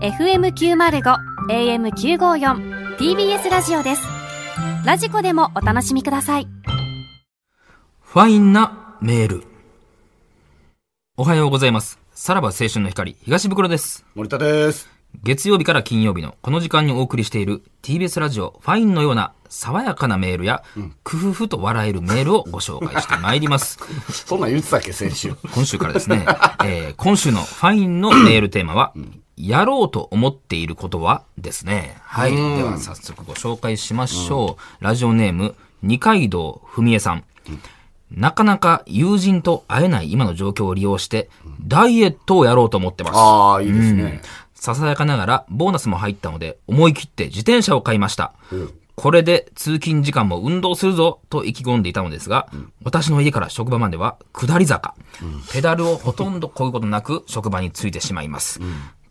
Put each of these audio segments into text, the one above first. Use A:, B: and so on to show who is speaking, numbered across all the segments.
A: FM905 AM954 TBS ラジオですラジコでもお楽しみください
B: ファインなメール。おはようございます。さらば青春の光、東袋です。
C: 森 田です。
B: 月曜日から金曜日のこの時間にお送りしている TBS ラジオファインのような爽やかなメールや、クフフと笑えるメールをご紹介してまいります。
C: そんなん言ってたっけ、先週。
B: 今週からですね、えー今週のファインのメールテーマは、やろうと思っていることはですね。はい。では早速ご紹介しましょう。ラジオネーム、二階堂ふみえさん。なかなか友人と会えない今の状況を利用して、ダイエットをやろうと思ってます。
C: ああ、いいですね。
B: ささやかながらボーナスも入ったので思い切って自転車を買いました。これで通勤時間も運動するぞと意気込んでいたのですが、私の家から職場までは下り坂。ペダルをほとんど漕ぐことなく職場に着いてしまいます。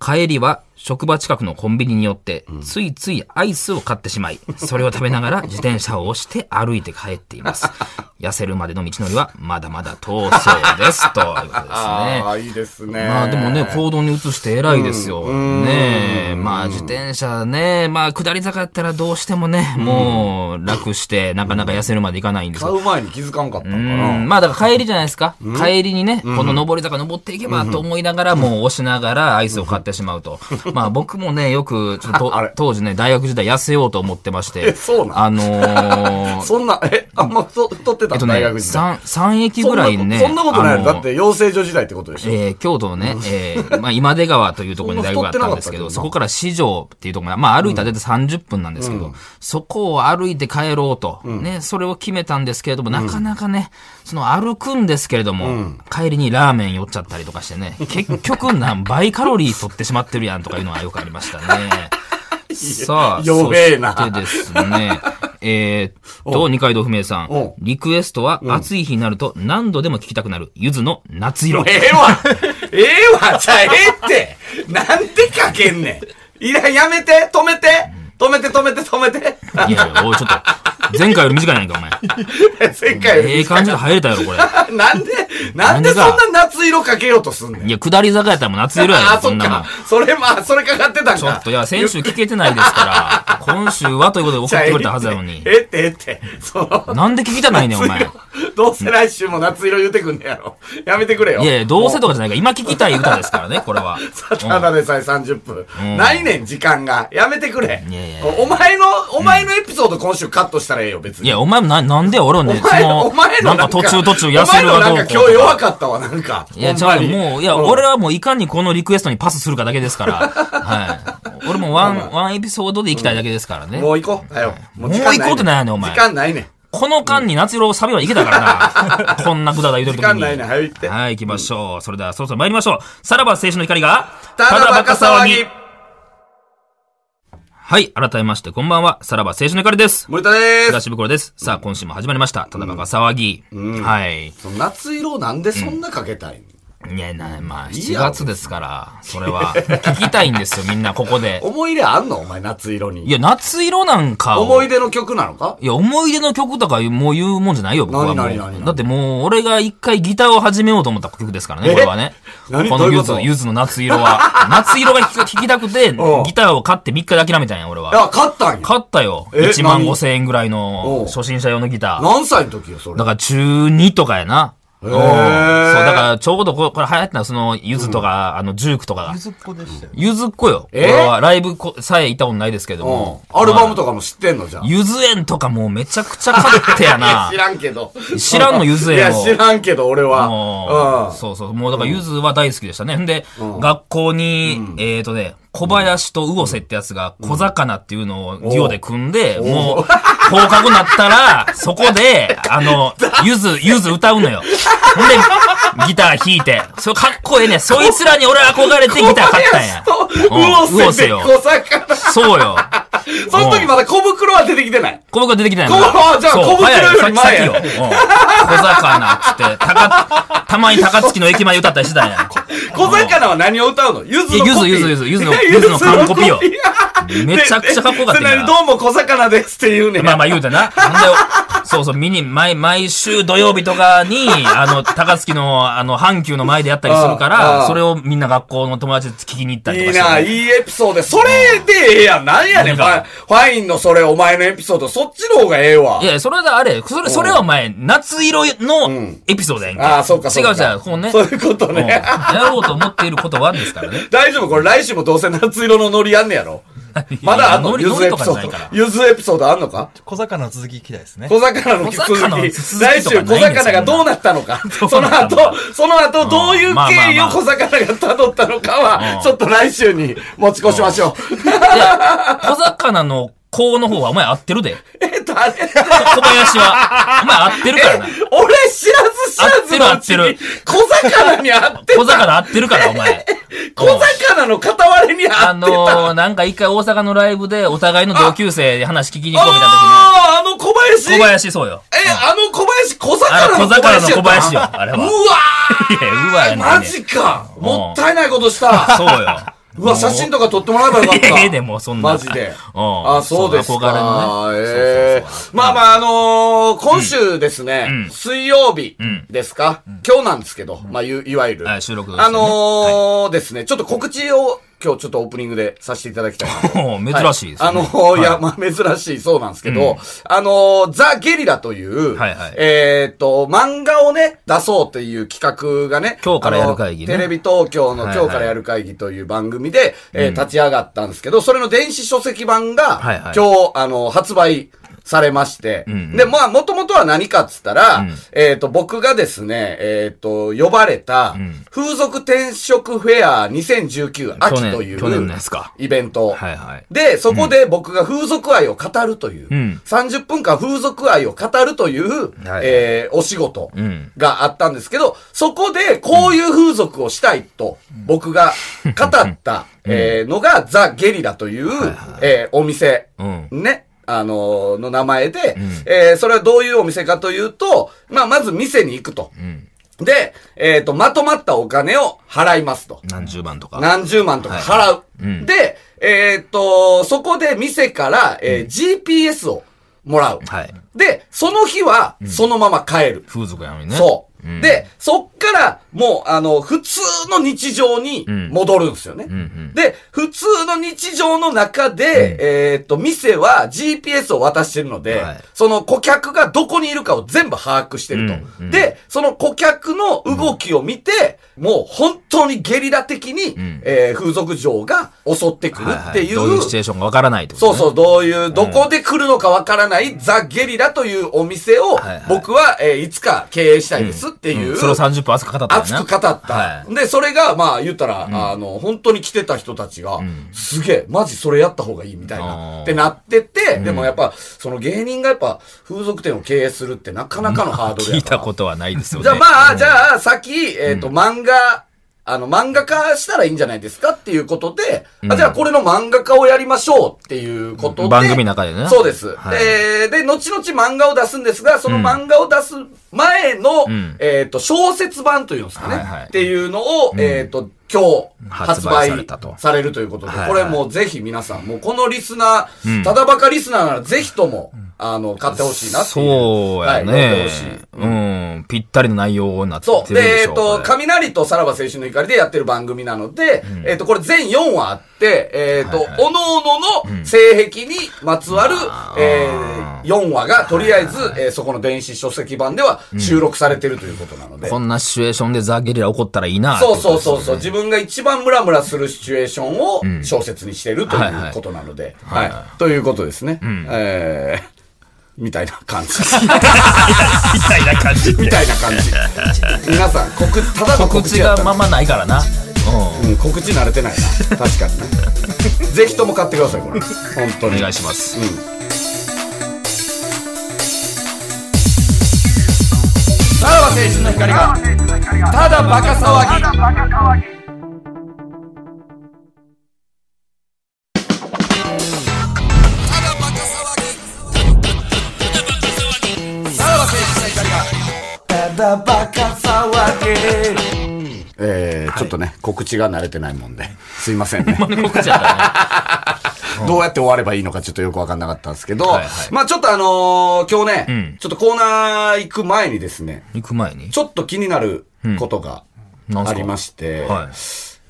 B: 帰りは職場近くのコンビニによってついついアイスを買ってしまい、それを食べながら自転車を押して歩いて帰っています。痩せるまでの道のりはまだまだ遠そうです。ということですね
C: あ。あ、いいですね。
B: まあでもね、行動に移して偉いですよ。ねえ。まあ自転車ね、まあ下り坂やったらどうしてもね、もう楽して、なかなか痩せるまでいかないんです
C: 買
B: よ。
C: う前に気づかんかったのか
B: う
C: な。
B: ん、まあだから帰りじゃないですか。帰りにね、この上り坂登っていけばと思いながら、もう押しながらアイスを買ってしまうと。まあ僕もね、よく、ちょっと
C: あれ
B: 当時ね、大学時代痩せようと思ってまして
C: え、。そうなん
B: あのー、
C: そんな、え、あんま太太ってた、
B: えっとね、
C: 大学時代。
B: 3、3駅ぐらいね。
C: そんなことそんなことないの、
B: あのー
C: だって養成所時代ってことでしょ。
B: えー京都のね、えーまあ、今出川というところに大学があったんですけど、
C: そ
B: そ
C: んな太ってなかったけどな
B: こから市場っていうところまで、まあ、歩いたら大体30分なんですけど、そこを歩いて帰ろうと、ね、それを決めたんですけれども、なかなかね、その歩くんですけれども、帰りにラーメン寄っちゃったりとかしてね、結局何倍カロリー取ってしまってるやんとかいうのはよくありましたね。 さあ、
C: 弱えな
B: そしてですね、えー、っと、二階堂不明さん
C: お、
B: リクエストは暑い日になると何度でも聴きたくなる、ゆずの夏色。
C: ええわええわじゃあええってなんでかけんねんいや、やめて止めて止めて止めて止 めて
B: いやいや、おい、ちょっと、前回より短いやんか、お前。
C: 世界より
B: ええ感じで入れたやろ、これ。
C: なんで、なんでそんな夏色かけようとすんねん
B: いや、下り坂やったらもう夏色や
C: あ
B: ろ、
C: あ、そ
B: こ
C: っ
B: んなもん
C: か。。それ、まあ、それかかってたんか。
B: ちょっと、いや、先週聞けてないですから、今週はということで送ってくれたはずやのに
C: じゃ。あええって、ええって、ええって。その、
B: なんで聞きたないねん、お
C: 夏
B: 前。い
C: 色。どうせ来週も夏色言うてくんねやろ。やめてくれよ。
B: やいや、どうせとかじゃないから、今聞きたい歌です からね、これは。
C: ただでさえ30分。
B: ん
C: ないねん、時間が。やめてくれ
B: いやいや。
C: お前の、お前のエピソード今週カットしたらええよ、別
B: い
C: に。
B: や、お前もな、なんで俺はね、
C: お
B: そ
C: 前の、
B: の
C: お前、
B: な
C: の
B: んか途中途中痩せる
C: お
B: わ
C: 前
B: どうこ
C: のな
B: うんとか
C: か今日弱かったわ、なんか。
B: いや、
C: ほ
B: ち
C: んま
B: ゃう、
C: に
B: もう、いや、
C: ん
B: 俺はもういかにこのリクエストにパスするかだけですから。はい。俺もワ ン、ワンエピソードで行きたいだけですからね。
C: もう行こう。はよ。も
B: もう行こうってなんやねんお前
C: 時間ないねん。
B: この間に夏色サビはいけたから な。こんなくだだ言うてる
C: 時
B: 時に。
C: 間ないねん、早いって。
B: はい、行きましょう。それではそろそろ参りましょう。さらば青春の光が、
C: ただバカ騒ぎ。
B: はい、改めまして、こんばんは。さらば青春の光です。
C: 森田です。
B: 東袋です。さあ、今週も始まりました。ただバカ騒ぎ。はい。
C: その夏色をなんでそんなかけたいの
B: いや、な、まあ、
C: い
B: 7
C: や
B: 月ですから、それは。聞きたいんですよ、みんな、ここで。
C: 思い入れあんのお前、夏色
B: い
C: に。
B: や、夏色なんかを。
C: 思い出の曲なのか
B: いや、思い出の曲とかもう言うもんじゃないよ、僕はもう。
C: 何何何何
B: だってもう、俺が一回ギターを始めようと思った曲ですからね、
C: え
B: これはね。
C: 何
B: こ
C: ど
B: の
C: ういう
B: ゆ
C: こ
B: ず
C: と、
B: ゆずの夏色 は。夏色が弾き弾きたくて、
C: おう
B: ギターを買って3日で諦めたんや、俺
C: い
B: は。
C: や、勝ったんや。
B: 買ったよ。
C: え
B: 1万
C: 何
B: 5千円ぐらいの
C: おう
B: 初心者用のギター。
C: 何歳の時よ、それ
B: だ。から中2とかやな。
C: へ
B: う
C: ー
B: んそう、だからちょうどここれ流行ってたのその、ゆずとか、あの、ジュークとかが
D: ゆ。ずっこでしたよね。
B: ゆずっこよ。
C: え
B: 俺はライブこさえ行ったことないですけど
C: うん
B: も。。
C: アルバム
B: と
C: とかも知ってんのじゃん。
B: ゆず園とかもうめちゃくちゃ買ってや な。
C: 知らんけど。
B: 知らんのゆず
C: い
B: 園
C: や、
B: を。
C: 知らんけど、俺
B: もう
C: は。うん。
B: そうそう。もうだから、ゆずは大好きでしたね。んで、学校に、えーとね、小林と魚瀬ってやつが、小魚っていうのをデュオで組んで、もう、放課後になった ら、そこで、あの、ゆず、ゆず歌うのよ。んで、ギター弾いて。それかっこええね。そいつらに俺憧れてギター買ったんや。
C: と、
B: うん
C: 魚瀬で
B: 魚瀬よ
C: 小魚。
B: そうよ。
C: その時まだ小袋は出てきてない。
B: 小袋出てきたんやな。
C: 小袋じゃあ
B: そう
C: 小袋より
B: 早い
C: 前や
B: 先先よ。うん小魚っつって、高、たまに高槻の駅前で歌ったりしてたんや。
C: 小魚は何を歌うのゆずのコピー。
B: いやゆずゆずゆずゆずの
C: いや
B: ゆずの完コピよ
C: ゆずのコピー
B: めちゃくちゃかっこよかった
C: でで
B: よ
C: で
B: な。
C: どうも小魚ですって言うねん。
B: まあまあ言うてな。ほんで、そうそう、見に、毎、毎週土曜日とか に、あの、高槻の、あの、阪急の前でやったりするか
C: あああ
B: ら、
C: あ
B: それをみんな学校の友達で聞きに行ったりと
C: いい
B: かしてね、
C: な、いいエピソードや。それでええやん。なんやね
B: 何
C: ん、フ
B: が
C: ァファインのそれ、お前のエピソード。そっちの方がええわ
B: い。や、それがあれ、それ、それはお前、夏色のエピソードやんか。
C: ああ、そうか、そうか。
B: 違う違う、こうね。
C: そういうこと
B: うん
C: ね。
B: や。ろうと思っていることはですからね
C: 大丈夫これ来週もどうせ夏色のノリやんねやろ。 まだあんの
B: ノリ
C: ゆ
B: ノ
C: ず
B: リ
C: エ
B: と
C: ピ
B: かじ
C: ソ
B: ゃない
C: ード
B: から。。
C: ゆずエピソードあんのか
D: 小魚の続き聞きたいですね。
C: 小魚の引き
B: 小魚の
C: 続
B: 引
C: き
B: き続。き
C: 来週
B: とか
C: 小
B: ないんです
C: 魚がどうなったのか。
B: そん
C: そ
B: な
C: の
B: の
C: 後、その後どういう
B: まあまあまあ
C: 経緯を小魚が辿ったのか
B: う
C: は、
B: ん
C: ちょっと来週に持ち越しましょう。
B: いや、小魚の子の方はお前合ってるで。
C: え、 誰
B: 小林は。お前合ってるからな。
C: 俺知らず知らずのう
B: 合
C: ち
B: ってる合っ
C: に
B: て、
C: 小魚に会って
B: 小
C: た。
B: 魚合ってるから、お前。
C: 小魚の片割れに会ってた。
B: あのー、なんか一回大阪のライブでお互いの同級生で話聞きに行こうみたいな時
C: あーあの小林
B: に、小林そうよ。
C: え、あの小林、小
B: あ
C: 魚
B: れ小
C: の小
B: 魚
C: 林
B: の小林よ、あれは。
C: うわ
B: いや、うわやな
C: ー
B: い
C: マ
B: ねん
C: ジか
B: うん
C: もったいないことし た
B: そうよ。
C: うわ、写真とか撮ってもらえばよかった。
B: ええでもうそんな
C: マジで。
B: うん
C: あ、そうです
B: そう憧
C: か。
B: れのね
C: ええ
B: そうそうそう
C: まあまあ、あのー、今週ですね、
B: うん
C: 水曜日
B: うん
C: ですか、今日なんですけど、まあ、ゆいわゆる。
B: はい収録ですね
C: あのーですね、ちょっと告知を今日ちょっとオープニングでさせていただきたいなと
B: もう珍しいですね。
C: はあのー、い、や、まあ、珍しいそうなんですけど、
B: うん
C: あのーザ・ゲリラという、
B: はいはい
C: えーっと、漫画をね、出そうという企画がね、
B: 今日からやる会議ね
C: あのテレビ東京の
B: はいはい
C: 今日からやる会議という番組で、えー
B: うん
C: 立ち上がったんですけど、それの電子書籍版が、
B: はいはい
C: 今日、あのー発売、されまして。
B: うんうん
C: で、まあ、もともとは何かっつったら、
B: うん
C: えっ、と、僕がですね、えっ、と、呼ばれた
B: うん、
C: 風俗転職フェア2019秋という、
B: 去年去年のやつか
C: イベント。
B: はいはい。
C: で、そこで僕が風俗愛を語るという、
B: うん
C: 30分間風俗愛を語るという、
B: はい
C: えーお仕事
B: うん
C: があったんですけど、そこでこういう風俗をしたいと僕が語った、えーのがザ・ゲリラという、えーお店、
B: うん
C: ね。あのーの名前で、
B: ん
C: えーそれはどういうお店かというと、まあ、まず店に行くと。
B: うん。
C: で、えっ、と、まとまったお金を払いますと。
B: 何十万とか。
C: 何十万とか払う。
B: いうん
C: で、えーっと、そこで店から、えー GPS をもらう。
B: はい。
C: で、その日は、そのまま帰る。
B: 風俗やのにね。
C: そう、
B: ん、
C: で、そっから、もう、あの、普通の日常に
B: ん
C: 戻るんですよね。
B: うんうん。
C: で、普通の日常の中で、えーっと、店は GPS を渡してるので、
B: はい
C: その顧客がどこにいるかを全部把握してると。
B: うんうん
C: で、その顧客の動きを見て、もう本当にゲリラ的に、
B: ん
C: えー風俗嬢が襲ってくる
B: はいはい
C: っていう、
B: どういうシチュエーションがわからないってこと、
C: そう
B: ね。
C: そうう、どういう、どこで来るのかわからない、ザ・ゲリラというお店を
B: はいはい、
C: 僕は、えーいつか経営したいですっていう。
B: んそれを30分熱く語ったよね。
C: 熱く語った。
B: はい。
C: で、それが、まあ、言ったら、あの、本当に来てた人たちが、
B: ん
C: すげえ、マジそれやった方がいいみたい
B: あ
C: な、
B: ー
C: ってなってて、でもやっぱ、その芸人がやっぱ、風俗店を経営するってなかなかのハードルやから
B: 聞いたことはないですよね。
C: じゃあまあ、じゃあ、先、えっと、漫画、あの、漫画化したらいいんじゃないですかっていうことで、あ、じゃあこれの漫画化をやりましょうっていうことで。
B: 番組の中でね
C: そうです。
B: はい
C: で、で、後々漫画を出すんですが、その漫画を出す前の
B: ん、
C: えっと、小説版というんですか
B: はいはい
C: ね。っていうのを、えっと、今日、発
B: 発売
C: 売
B: されたと
C: されるということで
B: はいは、い
C: これもうぜひ皆さん、もうこのリスナ
B: う
C: ー、
B: ん
C: ただバカリスナーならぜひとも、あの、買ってほしいなっていう。
B: そうや
C: はい、買ってほ
B: ね
C: しい。。
B: うん。ぴったりの内容になってるでしょ
C: そう。で、えっ、と、
B: これ
C: 雷とさらば青春の怒りでやってる番組なので、えっ、と、これ全4話あって、えっ、と、おのおのの性癖にまつわる、えー、4話が、とりあえず、えーそこの電子書籍版では収録されてるということなので。
B: こんなシチュエーションでザ・ゲリラ起こったらいいなってこ
C: そう
B: と
C: そうそうそう。自分が一番ムラムラするシチュエーションを小説にしてるとい
B: はいは
C: う
B: い
C: ことなので。はい、ということですね。えーみたいな 感じ。
B: みたいな感じ。
C: みたいな感じ。皆さん、告知、ただの
B: 告
C: 告知
B: 知
C: や
B: が
C: ったんで
B: まんまないからな。うん。
C: うん、告知慣れてないな。確かにね。ぜひとも買ってください、これ。本当に。
B: お願いし ます。
C: さらば青春の光が、ただバカ騒ぎ。えー、ちょっとね、告知が慣れてないもんで、すいませんね。
B: 告知やったらね。
C: どうやって終わればいいのかちょっとよくわかんなかったんですけど、
B: はいはい
C: まあちょっとあのー今日ね、
B: うん
C: ちょっとコーナー行く前にですね、
B: 行く前に
C: ちょっと気になることが
B: なんす
C: あ
B: か
C: りまして、
B: はい。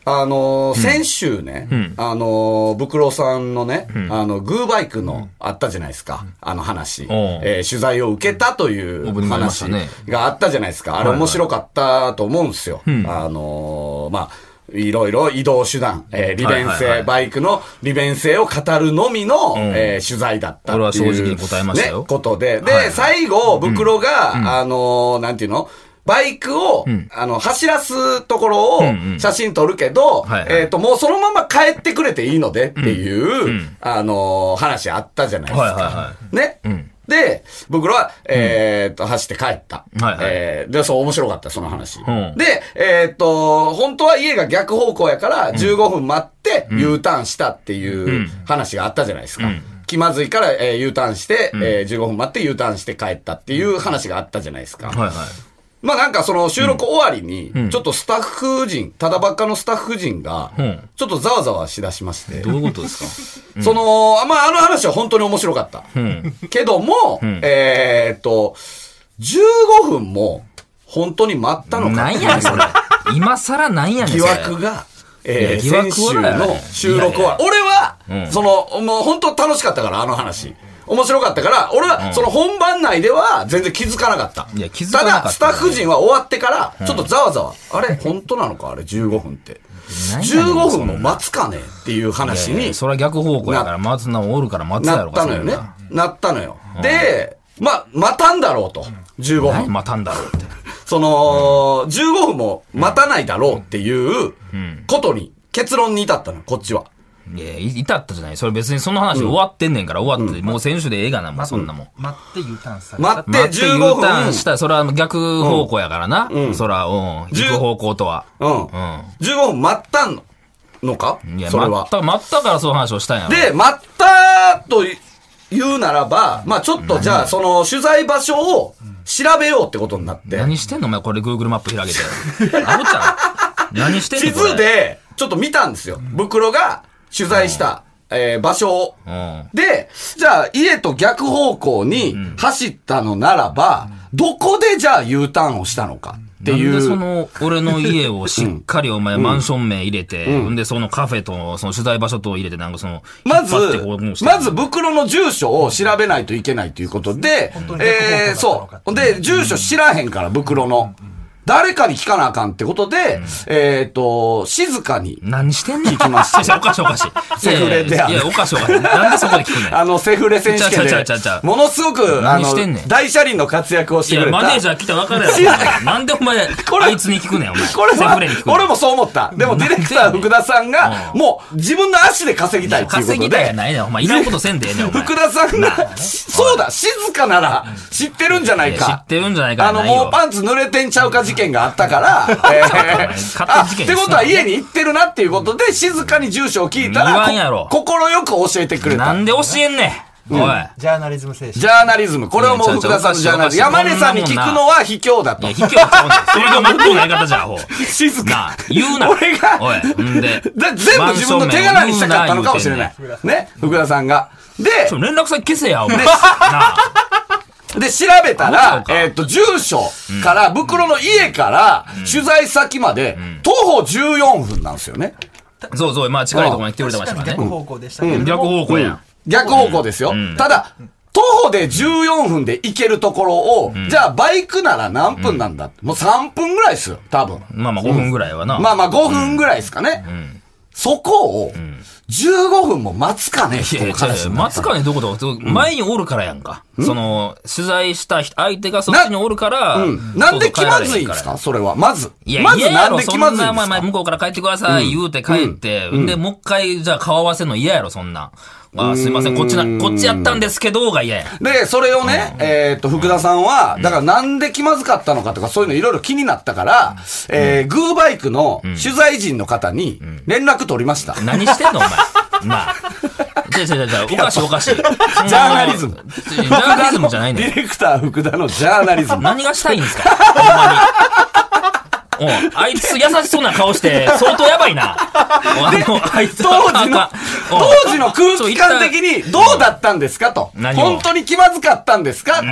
C: あのー先週ね、
B: ん
C: あのーブクロさんのね、あの、グーバイクの、あったじゃないですか、あの話、
B: おう
C: えー取材を受けたという
B: オープニングありました
C: 話
B: ね
C: があったじゃないですか。あ
B: は
C: れ
B: いはい
C: 面白かったと思うんですよ。
B: ん
C: あのーまあ、いろいろ移動手段、えー利便性、
B: はいはいはい
C: バイクの利便性を語るのみの、
B: ん
C: えー取材だったっていう。
B: 俺は正直に答えましたよ
C: ねことで。で、
B: はい
C: 最後、袋が、あのー、なんていうのバイクを、
B: ん
C: あの、走らすところを
B: うんうん
C: 写真撮るけど、
B: はいはい
C: えっ、と、もうそのまま帰ってくれていいのでっていう、
B: ん
C: あのー話あったじゃないですか。
B: はいはいは
C: ね、
B: ん
C: で、僕らは、えっ、と、走って帰った。
B: はいはい
C: えーで、そう、面白かった、その話。
B: ん
C: で、えっ、と、本当は家が逆方向やから、15分待って、U ターンしたっていう話があったじゃないですか。気まずいから、えー U ターンして、えー15分待って U ターンして帰ったっていう話があったじゃないですか。
B: はいはい。
C: まあなんかその収録終わりに、
B: ん
C: ちょっとスタッフ陣、ただばっかのスタッフ陣が
B: うん、
C: ちょっとざわざわしだしまして、
B: どういうことですか
C: その、あまああの話は本当に面白かった。
B: うん。
C: けども、
B: ん
C: えーっと、15分も本当に待 ったのか
B: な
C: って
B: ん
C: い
B: やねん、そうれ。今更なんやねん、
C: 疑
B: それ。
C: 惑が、えー、
B: いや疑
C: 先
B: 惑
C: 週
B: は
C: の収録は、俺
B: うん
C: は、その、もう本当楽しかったから、あの話。面白かったから、俺は、その本番内では全然気づかなかった。
B: いや気づかなかった
C: だ、スタッフ陣は終わってから、ちょっとざわざわ、あれ、本当なのか、あれ、15分って。
B: なんやねん
C: 15分も待つかねっていう話
B: いやい
C: に
B: やそれは逆方向やから、松菜おるから松菜や
C: な
B: ろ
C: っ
B: か、
C: た
B: そ
C: の
B: れ
C: よ
B: は
C: ね。なったのよ。で、まあ、待たんだろうと。15
B: 何
C: 分。
B: 待たんだろうって。
C: その、15分も待たないだろうっていうことに、結論に至ったのよ、こっちは。
B: いや、い至ったじゃない。それ別にその話終わってんねんから、終わって、もう選手でええがな、もうそんなもん。
D: 待って U ターンされた
C: 待って
B: 待って
C: 15
B: U ターン
C: 分。
B: したら、それは逆方向やからな。そら、うん。行
C: 十
B: く方向とは。
C: うん。15分待ったんのか
B: うん。いや、
C: それ
B: 待
C: は
B: っ。た、待ったからそういう話をしたんやろ。
C: で、待ったと言うならば、まあちょっとじゃあ、その取材場所を調べようってことになって、
B: 何してんのお前、これ Google マップ開けて。あぶちゃ ん。何してん
C: 地
B: のこれ
C: 図。でちょっと見たんですよ。袋が取材した、えー場所を。
B: うん。
C: で、じゃあ、家と逆方向に走ったのならば、どこでじゃあ U ターンをしたのかってい。
B: なんでそうの、俺の家をしっ かりお前マンション名入れて、んでそのカフェと、その取材場所と入れて、なんかその、
C: まず
B: 引っ張ってこう、して
C: まず、袋の住所を調べないといけないということで
D: 本当、に逆方向だ
C: え
D: っ
C: ー、
D: たの
C: そ
D: か
C: う。で、住所知らへんから、袋の。誰かに聞かなあかんってことで、えっと、静かに
B: 何してんの
C: 聞きまし
B: おかしいおかしい。
C: セフレで
B: いやいやいや、おかしいおかしい。なんでそこで聞くねん。
C: あの、セフレ選手権
B: ちゃうちゃうちゃうちゃ
C: で
B: う、
C: ものすごく、あ
B: 何
C: の
B: してんねん、
C: 大車輪の活躍をし
B: い
C: てく
B: や、
C: れた。
B: マネージャー来たら分かるやろ
C: 知ら。
B: なんでお前、
C: れ
B: あいつに聞くねん、お前。
C: これ
B: セフレに聞
C: は
B: く、ねん
C: 俺もそう思った。でもディレクター福田さんが、
B: う
C: もう自分の足で稼ぎたいっていうこ
B: 稼ぎ
C: と
B: たいや
C: で、
B: ないねん。お前、いらんことせんでええねん、お 前。
C: 福田さんが、そうだ、静かなら知ってるんじゃない
B: いや知
C: か
B: っ。てるんじゃないか
C: あ
B: な
C: の、
B: いよ
C: もうパンツ濡れてんちゃうか事件があった から、え
B: 勝手に事
C: ー
B: 件
C: あ、
B: に
C: っ
B: すな
C: てことは家に行ってるなっていうことで、静かに住所を聞いた
B: 言わんやろ
C: ら、心よく教えてくれ
B: な
C: た。
B: んで教えんねん。おい。
D: ジャーナリズム精神
C: ジャーナリズム。これをもう福田さんのジャーナリズム。
B: いやちゃう
C: 山
B: ちゃう
C: 根さんに聞くのは卑怯だ
B: い
C: と
B: や、。卑怯ちゃうねん。 それが真っ当な言い方じゃん、アホ。
C: 静
B: な
C: か
B: あ。、言うな。
C: 俺が
B: おい、んで。
C: だ全部自分の手柄にしたかったのかもしれない
B: マンション名言うてんねん。
C: ね、福田さんが。で
B: ちょ、連絡先消せや、お前。なあ。
C: で、調べた
B: あそう
C: ら、
B: か
C: えっ、と、住所から、袋の家から、取材先まで、徒歩14分なんですよね。
B: そうそう、まあ、近いところに来てくれてました
D: 確
B: か
D: からに逆
B: ね。
D: 方向でしたけれども、
B: 逆方向やん。
C: 逆方向ですよ。ただ、徒歩で14分で行けるところを、じゃあバイクなら何分なんだ、もう3分ぐらいですよ、多分。
B: まあまあ、5分ぐらいはな。
C: まあまあ5分ぐらいですかね。そこを、15分も待つかねって
B: いやい
C: いう
B: や、
C: 話
B: 違う
C: になっ
B: 松
C: た。
B: 川にどういうことそう前におるからやんか。その、取材した人相手がそっちにおるから、
C: うんなんで気まずいん
B: そうそう帰られへ
C: で
B: ん
C: す
B: から
C: かそれは。まず。
B: いや、
C: まず
B: 嫌や
C: なん
B: ろ、
C: で
B: そ
C: 気
B: ん
C: まずい
B: なん
C: です
B: 前、
C: か
B: 向こうから帰ってください、言うて帰って、で、もう一回、じゃあ顔合わせんの嫌やろ、そんなん。あ、すいません、こっちな、こっちやったんですけど、が嫌やん。
C: で、それをね、えっと、福田さんは、だからなんで気まずかったのかとか、そういうのいろいろ気になったから、えーグーバイクの取材陣の方に連絡取りました。
B: 何してんのお前。 なあ。違う違う違う、おかしいおかしい。ジャー
C: ジャーナリズム
B: ジャーナリズムじゃない
C: デ
B: ね
C: ィレクター福田のジャーナリ ズム。
B: 何がしたいんですかほんまに。おうあいつ優しそうな顔して、相当やばいな。おうあの、あいつ
C: 当時の
B: あかん
C: 当時の空気感的にどうだったんですかと。
B: 何を
C: 本当に気まずかったんですかって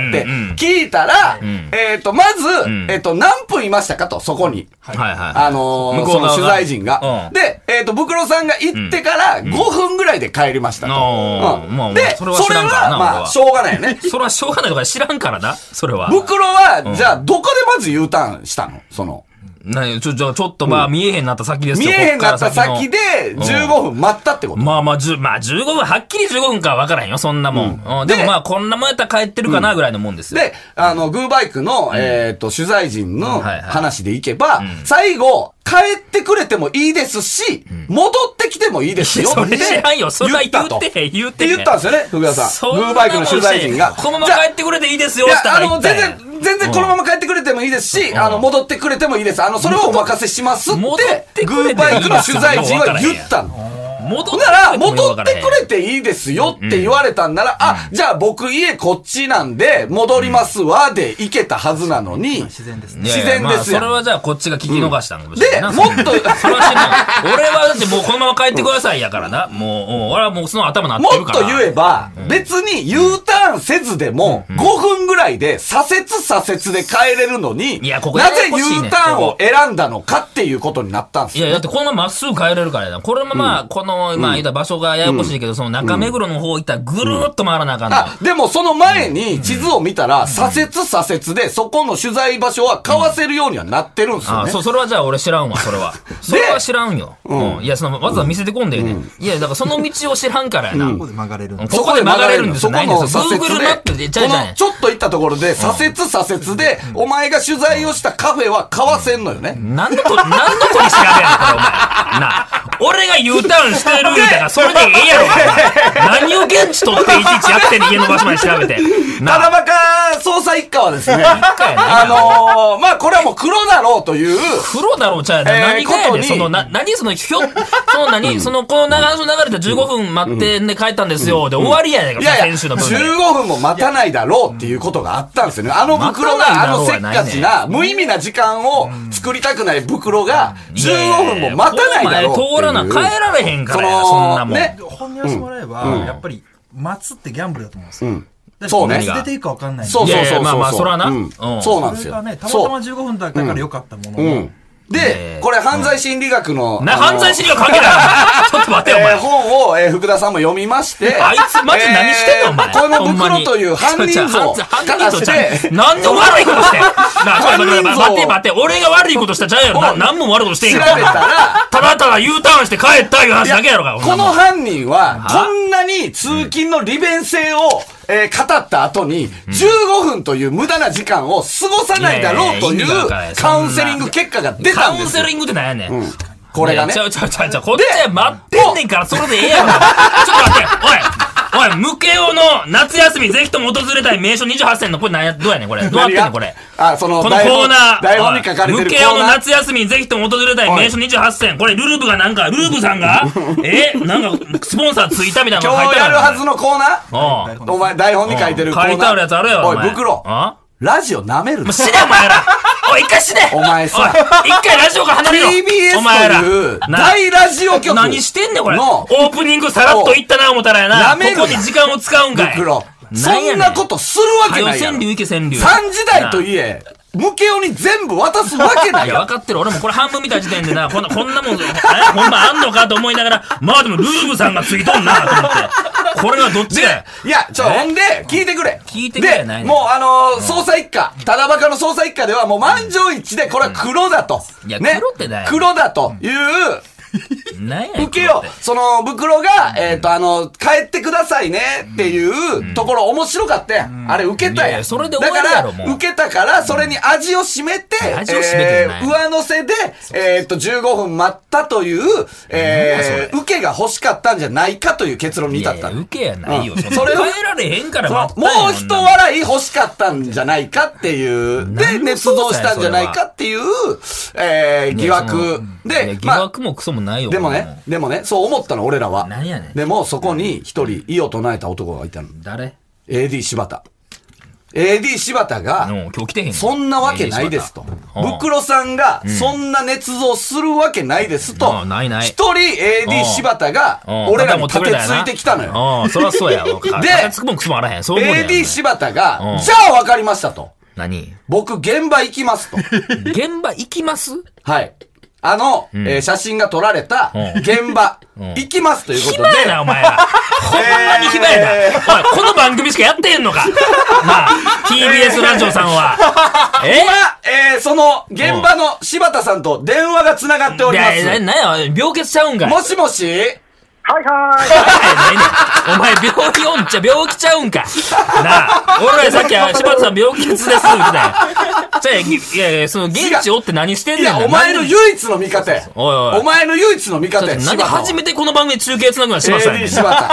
C: 聞いたら、
B: ん
C: えっと、まず
B: ん、
C: えっと、何分いましたかと、そこに。
B: はいはいはい。
C: あのー
B: 向こ
C: そ
B: 側
C: うの
B: が
C: 取材陣が。
B: うん
C: で、えっ、と、ブクロさんが行ってから5分ぐらいで帰りましたと。
B: うん
C: うん
B: まあ
C: で
B: まあ、
C: そ
B: そ
C: れ
B: れは知ら
C: は
B: んからな俺
C: まあ、
B: は
C: しょうがないよね。
B: それはしょうがないとか知らんからな、それは。
C: ブクロは、じゃあ、どこでまず U ターンしたのその。
B: なにちょ、ちょ、ちょっとまあ、見えへんなった先です
C: 見
B: よ。
C: えへんかった先で
B: こっから先の。
C: 15分待ったってこ
B: う
C: と
B: ん。まあまあ、じゅ、まあ15分、はっきり15分かわからへんよ、そんなもん。うんで
C: で
B: もまあ、こんなもんやったら帰ってるかな、ぐらいのもんですよ。
C: で、あの、グーバイクの、えっ、と、取材陣の
B: はいはい
C: 話でいけば、最後、帰ってくれてもいいですし、戻ってきてもいいですよって
B: それ知らんよ。それは
C: 言ったと。
B: 言ってへん、言ってへん。
C: 言ったんですよね、福田さ
B: そん
C: ん。グ
B: なも
C: ー
B: ん
C: バイクの取材陣が。
B: このま
C: じ
B: ま
C: ゃあ
B: 帰ってくれていいですよ、
C: いや
B: し、たら
C: あ
B: 言
C: の、
B: った
C: 全
B: んや
C: 然、全然このまま帰ってくれてもいいですし、あの、戻ってくれてもいいです。あの、それをお任せしますっ
B: 戻って
C: て、
B: く
C: グ
B: れてもいい
C: ーバイクの取材陣は言ったの。
B: 戻
C: ほ
B: っ
C: ん
B: て
C: なら、
B: くれてもよ
C: 戻
B: うわ
C: っ
B: からへ
C: て
B: ん
C: くれていいですよって言われたんなら、あ、じゃあ僕家こっちなんで、戻りますわで行けたはずなのに、
D: 自然で
B: い
D: すね。
B: やいや
C: 自然です
B: ま
C: よ
B: あ、それはじゃあこっちが聞き逃したのかもしれ
C: で、
B: ないな
C: もっと、
B: それは知らん。俺はだってもうこのまま帰ってくださいやから な。もう、もう俺はもうその頭なっ
C: も
B: てる
C: っ
B: から。
C: と言えば、別に U ターンせずでも、5分ぐらいで左折左折で帰れるのに、
B: いやここ
C: なぜ
B: ややこしいね
C: U ターンを選んだのかっていうことになったんです
B: いや、
C: よ。
B: だってこのまままっすぐ帰れるからやな。このまま、この、まあ言うたら場所がややこしいけど、その中目黒の方行ったらぐるーっと回らなあかんのよ
C: あ、でもその前に地図を見たら、左折左折で、そこの取材場所は買わせるようにはなってるんですよ
B: あ
C: ね。
B: そう、それはじゃあ俺知らんわ、それ は。それは知らんよ。うん。いや、その、わざわざ見せてこんでよね。いや、だからその道を知らんからやな。
D: ここで曲がれるんです。
B: ここで曲がれるんです
C: そ
B: よ。
C: こ
B: ないんで
C: の
B: すよ。
C: 左折
B: Google マップで、
C: で、
B: ちゃ
C: こ
B: いじゃ
C: の
B: ん
C: ち。ょっと行ったところで、左折左折で、お前が取材をしたカフェは買わせんのよね。
B: 何のと、何の取り調べやねん、これ、お前。なあ、俺が U ターンしてるみたいな、それでええやろ、お前。何を現地取っていちいちやってんねん、家の場所まで調べて。
C: た
B: な
C: だ
B: あ、
C: バカ捜査一課はで すね、
B: かやな
C: あのー、まあ、これはもう黒だろうという、
B: 黒だろう、ちゃうやな。
C: えー
B: 何がや
C: こと
B: ねん、
C: に
B: その、な、何その、ひょ、その何、その、この流れの流れで15分待って、ね、帰ったんですよ、で、終わりやねんか、
C: いやいや、
B: 選手の分で。
C: 15分も待たないだろうっていうことがあったんですよね。あの袋
B: 待た
C: が、
B: ないだ
C: あ
B: ろ
C: の
B: う
C: せっ
B: はないね
C: かちな、無意味な時間を作りたくない袋が、
B: いやいやいや
C: 15分も待たないだろうっていう。
B: この前通らな、帰られへんからや、
C: その
B: そんなもん。
C: ね
D: 本音をしてもらえば、やっぱり、待つってギャンブルだと思うんですよ。だって
C: そうね
D: いつ出ていくか分かんないんで
C: そうそう
B: や
C: そう
B: い
C: そう
B: や
C: そう。
B: まあまあそらな
C: う
B: うんん
C: そうなんです
D: それ
C: よ。
D: がね、たまた
C: そ
D: ま15分だったから良かったもの
C: う。う
D: の
C: ん。。
B: え、
C: で
B: ー
C: これ犯罪心理学の。
B: な、
C: あの
B: 犯罪資料関係ない。 ちょっと待てよ、お
C: え
B: 前
C: ー。本を、えー福田さんも読みまして。
B: あいつマジ何してんのお前。
C: えーこの
B: ほんま
C: 袋
B: に
C: という犯人像を
B: ちょちょ犯犯人像ちゃ
C: かして
B: う。なんで悪いことしてんなあ、待って
C: 犯人像
B: 待って待って、俺が悪いことしたじゃんやろ。な、何も悪いことしてん
C: 調
B: や
C: べ
B: ろ
C: た。ら、
B: ただただ U ターンして帰ったいう話だけやろか。
C: こ
B: ほ
C: の
B: んなもん
C: 犯人は、こんなに通勤の利便性を、えー語った後に、15分という無駄な時間を過ごさないだろうと
B: い
C: い
B: やいやいいんだから
C: うカウンセリング結果が出
B: カ
C: たん
B: ウ
C: で
B: ン
C: す
B: セ
C: よ。
B: リングってなんやねん。
C: これがね
B: ち。ゃうちゃうちゃうちゃう。こっちは待ってんねんから、それでええやろ。ちょっと待って、おい。おい、ムケオの夏休みぜひとも訪れたい名所28選の、これなんや、どうやねんこれ。どうやってんねんこれ。
C: あ、その、
B: この
C: 台
B: コー
C: 本
B: ナー。
C: 台本に書かれてる
B: ム
C: コ
B: ケオ
C: ー
B: の
C: ナー。
B: 夏休みにぜひとも訪れたい名所28選。これ、ルルブがなんか、ルルブさん が、えなんか、スポンサーついたみたいなの
C: 今
B: 書い
C: 日
B: てあ
C: や
B: る
C: るはずのコーナ
B: の。
C: ーお前、台本に書いてるコーナー。
B: 書いてあるやつあるやろ。
C: おい、
B: お前
C: 袋。
B: あ
C: ラジオ舐める
B: も
C: な
B: う。死ね、お前 ら。おい、一回死ね。
C: お前さ
B: おい一回ラジオから離れろ。
C: TBS
B: お前ら
C: という
B: な
C: 大ラジオ局。
B: 何してんねん、これ。
C: の
B: オープニングさらっといったな、思ったらやな。
C: 舐めるな
B: ここに時間を使うんかい。
C: 袋。そ
B: やね
C: んなことするわ
B: は
C: け
B: よ、
C: ないや
B: 川
C: ろ。
B: 柳行け、川柳。
C: 三時代といえ、ムケオに全部渡すわけないい
B: や、
C: よ。
B: 分かってる。俺もこれ半分見た時点でな、こんな、こんなもん、えほんまあんのかと思いながら、まあでも、ルーブさんがついとんな、と思って。これはどっちだよ。
C: いや、ちょ、ほんで、聞いてくれ。
B: 聞いてくれ
C: で
B: ないね
C: もうあのー、捜査一課、ただバカの捜査一課ではもう満場一致で、これは黒だと。
B: うんいや
C: ね
B: 黒ってだよ
C: 黒だという、
B: なんやねん
C: 受けよ
B: これっ。て
C: その、袋が、えっと、あの、帰ってくださいねっていうところ面白かったやん。あれ受けた
B: いやい
C: やん。
B: やそれで終わりやろ
C: だから
B: もう
C: 受けたから、それに味を占めて、
B: 味を占めてんな
C: えー上乗せで、えっと、15分待ったという、えー受けが欲しかったんじゃないかという結論に
B: い
C: 至
B: や
C: っ
B: い
C: た
B: や、
C: の
B: 受けやないよ。
C: うん
B: そ
C: それ
B: れ
C: を
B: 変えられへんから
C: その
B: 待ったん
C: も
B: や
C: う一笑い欲しかったんじゃないかっていう、で、
B: 何の
C: 捏
B: 操
C: 造
B: 作や
C: したんじゃないかっていう、えー疑惑。
B: いや
C: で、
B: 疑
C: まあ
B: 惑もクソもないよ。
C: でもね、でもね、そう思ったの、俺らは。
B: 何やねん
C: でも、そこに一人、異を唱えた男がいたの。
B: 誰
C: AD 柴田。 AD 柴田が、
B: うん今日来てへんよ
C: そんなわけないですと。
B: うん
C: 袋さんが、そんな捏造するわけないですと。
B: うんないない
C: 一人
B: う
C: AD
B: ん
C: 柴田が
B: うん、
C: 俺らに立てついてきたのよ。
B: うん、そりゃそうや。 で、立てつくもんくすもあらへん。そう思うねん。
C: AD 柴田
B: うん
C: が、じゃあわかりましたと。
B: 何
C: 僕、現場行きま すと。
B: 現場行きます
C: はい。あの、えー写真が撮られた
B: うん
C: 現場、
B: うん
C: 行きますということ
B: 暇
C: で、
B: やな、お前ら。ほんまに暇やな。おい、この番組しかやってへん のか。なあ、TBS ラジオさんは。え
C: 今、えーその現場の柴田さんと電話が繋 がってお
B: い
C: りま
B: やいや、
C: す。
B: なんや、病欠ちゃうんかい。
C: もしもし
E: はいは
B: ないねんお前病気おんちゃ病気ちゃうんか。 なあ、俺らさっき、あ柴田さん病気です、みたいな。じゃあ、いやいや、その、現地おって何してんね
C: い
B: んな
C: や、お前の
B: なんで
C: 唯一の味方や。
B: おいおい
C: お前の唯一の味方や。
B: なんで初めてこの番組中継つなぐのは柴田さんや
C: AD
B: ねん
C: 柴 田。
E: い。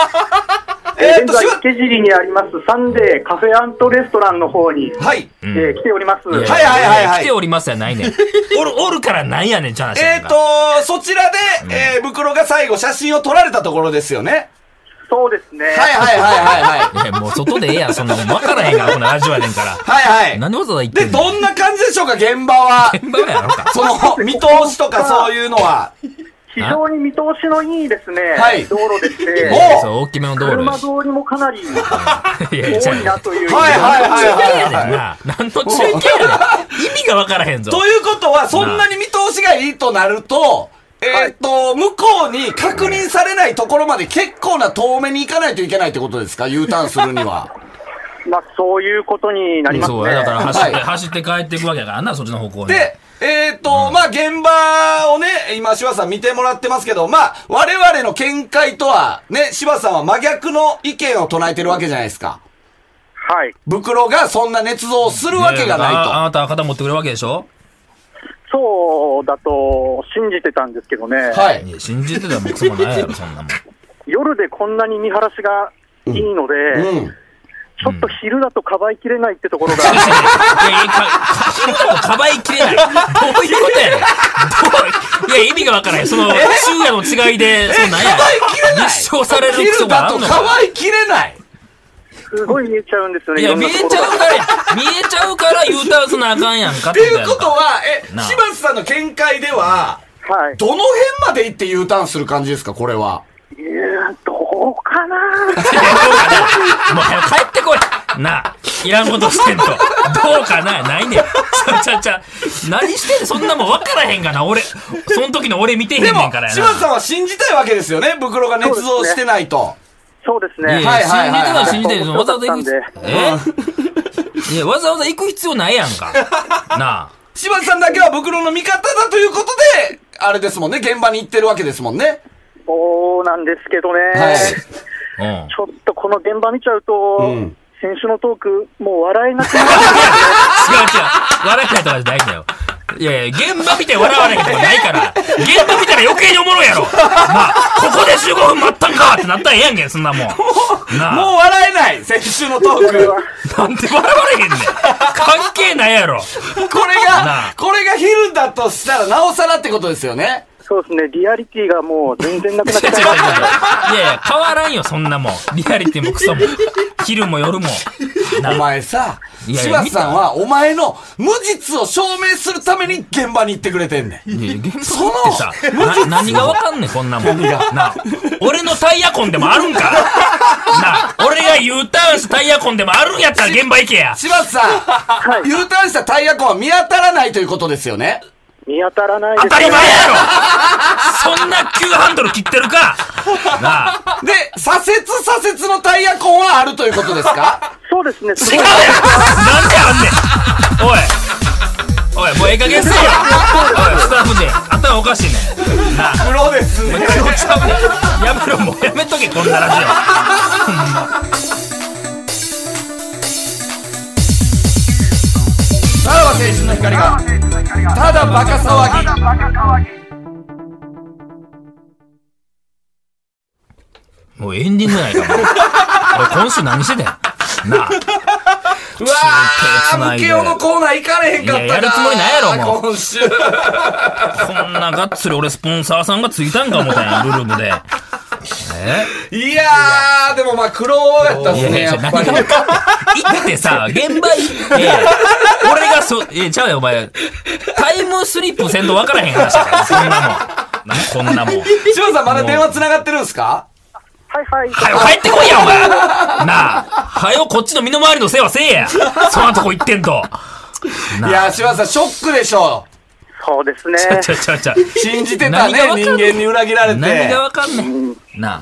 C: えーっ
E: 現
C: と、
E: 在
C: 柴、
E: 池尻にありますサンデーカフェレストランの方に、
C: 田。はい。
E: えー来ております。
B: いや
C: はいはいはいはい
B: 来ておりますやないねん。おる、おるからなんやねん、じゃなし。
C: えーっと、そちらで、えー、袋が最後写真を撮られたところです よね。
E: そうですね。
C: はいはいはいはいはい。
B: いや。もう外でええやん、そんなもん。わからへんから、このラジオやねんから。
C: はいは
B: なんでわざわざ言っ
C: い。
B: て
C: で、
B: んの
C: どんな感じでしょうか、現 場は。
B: 現場やろか。
C: その、見通しとかそういうのは。
E: 非常に見通しのいいですね、
C: はい
E: 道路でして、
C: お
B: そう、大きめの道路
E: 車
B: やし
E: 通。りもかなり
B: い やいや、ちゃ
E: 多
B: う
E: いなという。
C: はいはいはいはい
B: やねんな。何の中継やねん。意味がわからへんぞ。
C: ということは、そんなに見通しがいいとなると、えーっと、向こうに確認されないところまで結構な遠目に行かないといけないってことですか ?U ターンするには。
E: まあ、そういうことになりますね。
B: そうや、だから走って、
C: はい
B: 走って帰っていくわけやからな、そっちの方向に。
C: で、えーっと、まあ、現場をね、今、柴田さん見てもらってますけど、まあ、我々の見解とは、ね、柴田さんは真逆の意見を唱えてるわけじゃないですか。
E: はい。
C: 袋がそんな捏造をするわけが
B: いやああ
C: な
B: なたは肩持ってくれるわけでしょ
E: そうだと信じてたんですけどね、
C: いと。はい
B: い。や、信じてたらもうそもないやろ、そんなもん。
E: 夜でこんなに見晴らしがいいので、
C: うん。
E: ちょっと昼だとかばいきれないってところが、
B: い やいや、か、そんなのかばいきれない。どういうことやねん。どう、いや、意味がわからない。その、昼夜の違いで、そのなんや。
C: かばいきれ ない
B: 立証されるクソ
C: 昼
B: が
C: だ
B: あん
C: と
B: の
C: かばいきれない。
E: すごい見えちゃうんですよね、
B: いや、
E: ろん
B: 見
E: な
B: え
E: ところ
B: ちゃうからや、見えちゃうから U ターンすなあかんやんかっ
C: ってていうこと
B: やんか
C: は、え、
B: なあ
C: 柴田さんの見解では、
E: はい。
C: どの辺まで行って U ターンする感じですか、これは。
E: えーどうかな
B: もう早く帰ってこい。なあ、いらんことしてんと。どうかな、ないねん。ちゃちゃちゃ。何してんそんなもん分からへんがな、俺。その時の俺見てへんね
C: でも、
B: ん
C: 柴
B: からや
C: 田
B: な。
C: さんは信じたいわけですよね、袋が捏造してないと。
E: そうです
B: いやい
E: ね。
B: や
C: はいはいはいはい
B: 信じてる信じてる。わざわざ行く必要、えいや、わざわざ行く必要ないやんか。なあ。
C: 柴田さんだけは袋の味方だということで、あれですもんね、現場に行ってるわけですもんね。
E: そうなんですけどね、
C: はい
B: うん。いや
E: ちょっとこの現場見ちゃうと、
C: うん
E: 先週のトーク、もう笑えな くな
B: 違う違
E: る。
B: う。笑えないとかじゃないんだよ。いやいや、現場見て笑わないことないから。現場見たら余計におもろいやろ。まあ、ここで15分待ったんかってなったらええやんけん、そんなもん。なあ。
C: もう笑えない、先週のトーク。
B: なんで笑われへんねん。関係ないやろ。
C: これ
B: なあ
C: が、これが昼だとしたら、なおさらってことですよね。
E: そうですね、リアリティがもう全然なくなっ
B: 違
E: ちゃ
B: う違
E: い
B: 違う。
E: う
B: い
E: ました。
B: やいや、変わらんよ、そんなもん。リアリティもクソも。昼も夜も。な
C: お前さ、
B: いやい
C: 柴
B: や
C: 田さんはお前の無実を証明するために現場に行ってくれてんねん。
B: いや現場ってさ、な何がわかんねん、こんなもん。なあ俺のタイヤ痕でもあるんかなあ俺が U ターンしたタイヤ痕でもあるんやったら現場行けや。
C: 柴田さん、U ターンしたタイヤ痕は見当たらないということですよね。
E: 見当たらないです
B: 当たり前やろそんな急ハンドル切ってるかなあ
C: で、左折左折のタイヤ痕はあるということですか
E: そうですね、す
B: 違う
E: ご
B: や
E: い
B: ん。なんであんねんおいおい、もうええ加減せえよおい、スタッフ陣、頭おかしいねん。なあ
C: プロですね。
B: やめろもうやめとけこんなラジオ
C: さらば青春の光が、ただバカ騒ぎ。
B: もうエンディングやないかもう 俺今週何してたんやなあ
C: うわー、ムケオのコーナー行かれへんかった
B: いや
C: な
B: やるつもりないやろもう
C: 今週。
B: こんながっつり俺スポンサーさんがついたんか思ったんや、ルルブで。え
C: いやー、でもまあ、苦労やったっ
B: い
C: す
B: やい
C: ね、
B: や、
C: や
B: 何
C: っ
B: が
C: ぱり。
B: 分かん行ってさ、現場行って、俺がそ、え、ちゃうよ、お前。タイムスリップせんと分からへん話だから、そんなもん。なこんなもん。
C: 島さんまだ電話繋がってるんすか
E: はいはい。
B: はよ帰ってこいや、お前なあ、はよこっちの身の回りの世話せえやそんなとこ行ってんと。
C: いや、島さんショックでしょ。
E: そうですね。
B: ちゃうちゃうちゃうちゃう。
C: 信じてたね
B: 何が、わかん
C: 人間に裏切られて。
B: 何がわかんない。なあ、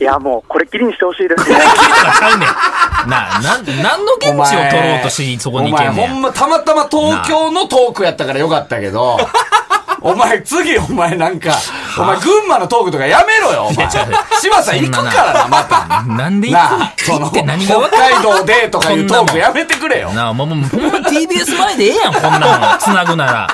E: いや、もう、これっきりにしてほし いですね。
B: 聞いとかちゃうねん。なあ、なん、何の現地を取ろうとしにそこに行けん
C: お
B: ね
C: 前
B: ん
C: ほ。んまたまたま東京のトークやったからよかった けど、お前次お前なんか、お前群馬のトークとかやめろよ、お前。
B: いや違う
C: 柴さん行くからな、また。
B: なんで行
C: なあ、
B: く
C: そ
B: 行
C: の、
B: って
C: 北
B: 何がわかん
C: 海道でとかいうトークやめてくれよ。
B: なあ、もう、もう、ほんま TBS 前でええやん、こんなの。繋ぐなら。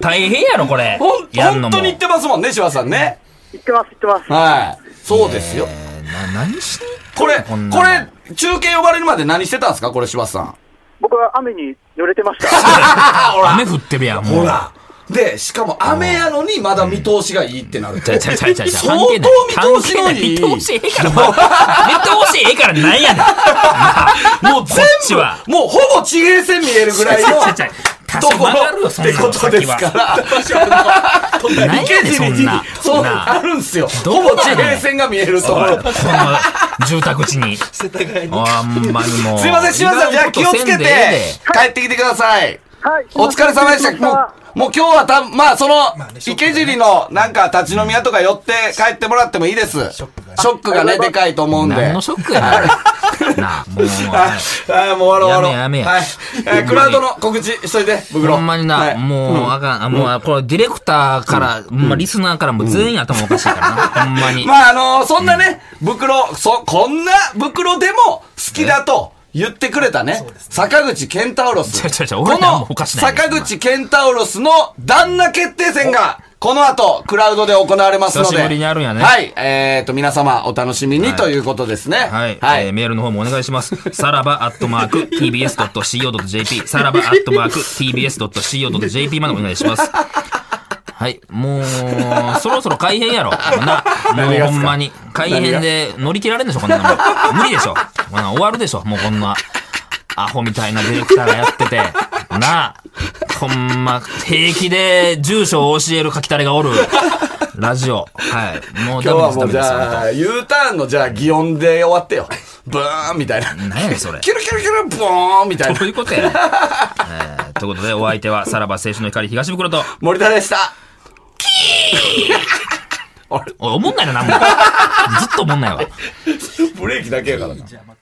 B: 大変やろ、これ
C: ほん、。
B: やんの
C: 本
B: も。
C: 当に言ってますもんね、柴さんね。
E: 行ってます、行ってます。
C: はい。そうですよ。
B: えーな、何しに
C: これ、こ
B: こんなもん
C: れ、中継呼ばれるまで何してたんですかこれ、柴さん。
E: 僕は雨に濡れてました。
B: 雨降ってるやん、もう。
C: ほ。ら。で、しかも雨やのにまだ見通しがいいってなるって
B: ちゃちゃちゃちゃちゃ。
C: 相当見通しのいい
B: 関係ない見通しええから、お前見通しええからなんやねん。もう全部は。
C: もうほぼ地平線見えるぐらいの
B: ちゃちゃちゃちゃ。
C: と
B: 多少
C: こ
B: 曲がる
C: ろ
B: よ、
C: っ
B: そんな
C: てこ
B: の
C: と
B: 先
C: ですか
B: は。
C: ら。
B: 何やねん、そんな。
C: そう、
B: な
C: あ
B: あ
C: るんすよ。ほ
B: ど
C: ぼ
B: こ
C: 地
B: やねん
C: 平線が見えるとこ
B: こ
C: ろ。
B: の住宅地に。あんまりもう。
C: すいません、島さん、じゃあ気をつけて
B: 意外なことせんでええ、
C: 帰ってきてください。
E: はい。
C: お疲れ様でした。
E: すい
C: も
E: ま
C: う、もう今日はた、まあその
D: まあ、ねショックが
C: 池
D: ね
C: 尻のなんか立ち飲み屋とか寄って帰ってもらってもいいです。シ
D: ショックがね
C: ョックがね、でかいと思うんで。
B: 何のショックやな。 なあ、もう、
C: はいはい、もう終わろう終わろ
B: や
C: う。
B: めやめや
C: はい。えークラウドの告知しといて、ブクロ。
B: ほんまにな、
C: はい
B: もうあかん。あもう、これディレクターから、ほんまリスナーからも全員頭おかしいからな。ほんまに。
C: まあ、あのそんなね、袋、そ、こんな袋でも好きだと言ってくれたね、坂口健太郎ロス。
B: 違う違う違う
C: こ
B: 俺らもお
C: の
B: かしない
C: 坂口健太郎ロスの旦那決定戦が、この後、クラウドで行われますので。
B: 久しぶりにやるんやね
C: はい。えっ、と、皆様お楽しみに、
B: い
C: ということですね。
B: はい、
C: はい。
B: えーメールの方もお願いし ます。さらばアットマーク tbs.co.jp、さらばアットマーク tbs.co.jp までお願いし ます。はい、もう、そろそろ改変やろ。な、も
C: 何がっ
B: うほ
C: すか
B: んまに。改変で乗り切られんでしょ、こんなの。無理でしょ。こんな終わるでしょ、もうこんな。アホみたいなディレクターがやってて。なあ、ほんま、平気で住所を教える書きたれがおる。ラジオ。はい。もうダ
C: 今日
B: メ
C: は
B: です、
C: も
B: ダ
C: う
B: メ
C: じ
B: です。本
C: ゃあ、U ターンのじゃあ、擬音で終わってよ。ブーンみたいな。
B: 当何やねん、それ。
C: キュルキュルキュル、ブーンみたいな
B: どう。いうことやねんえーということで、お相手は、さらば青春の光東袋と、
C: 森田でした。
B: おい、おもんないな、なんも。ずっとおもんないわ。
C: ブレーキだけやからな。
D: じゃあまた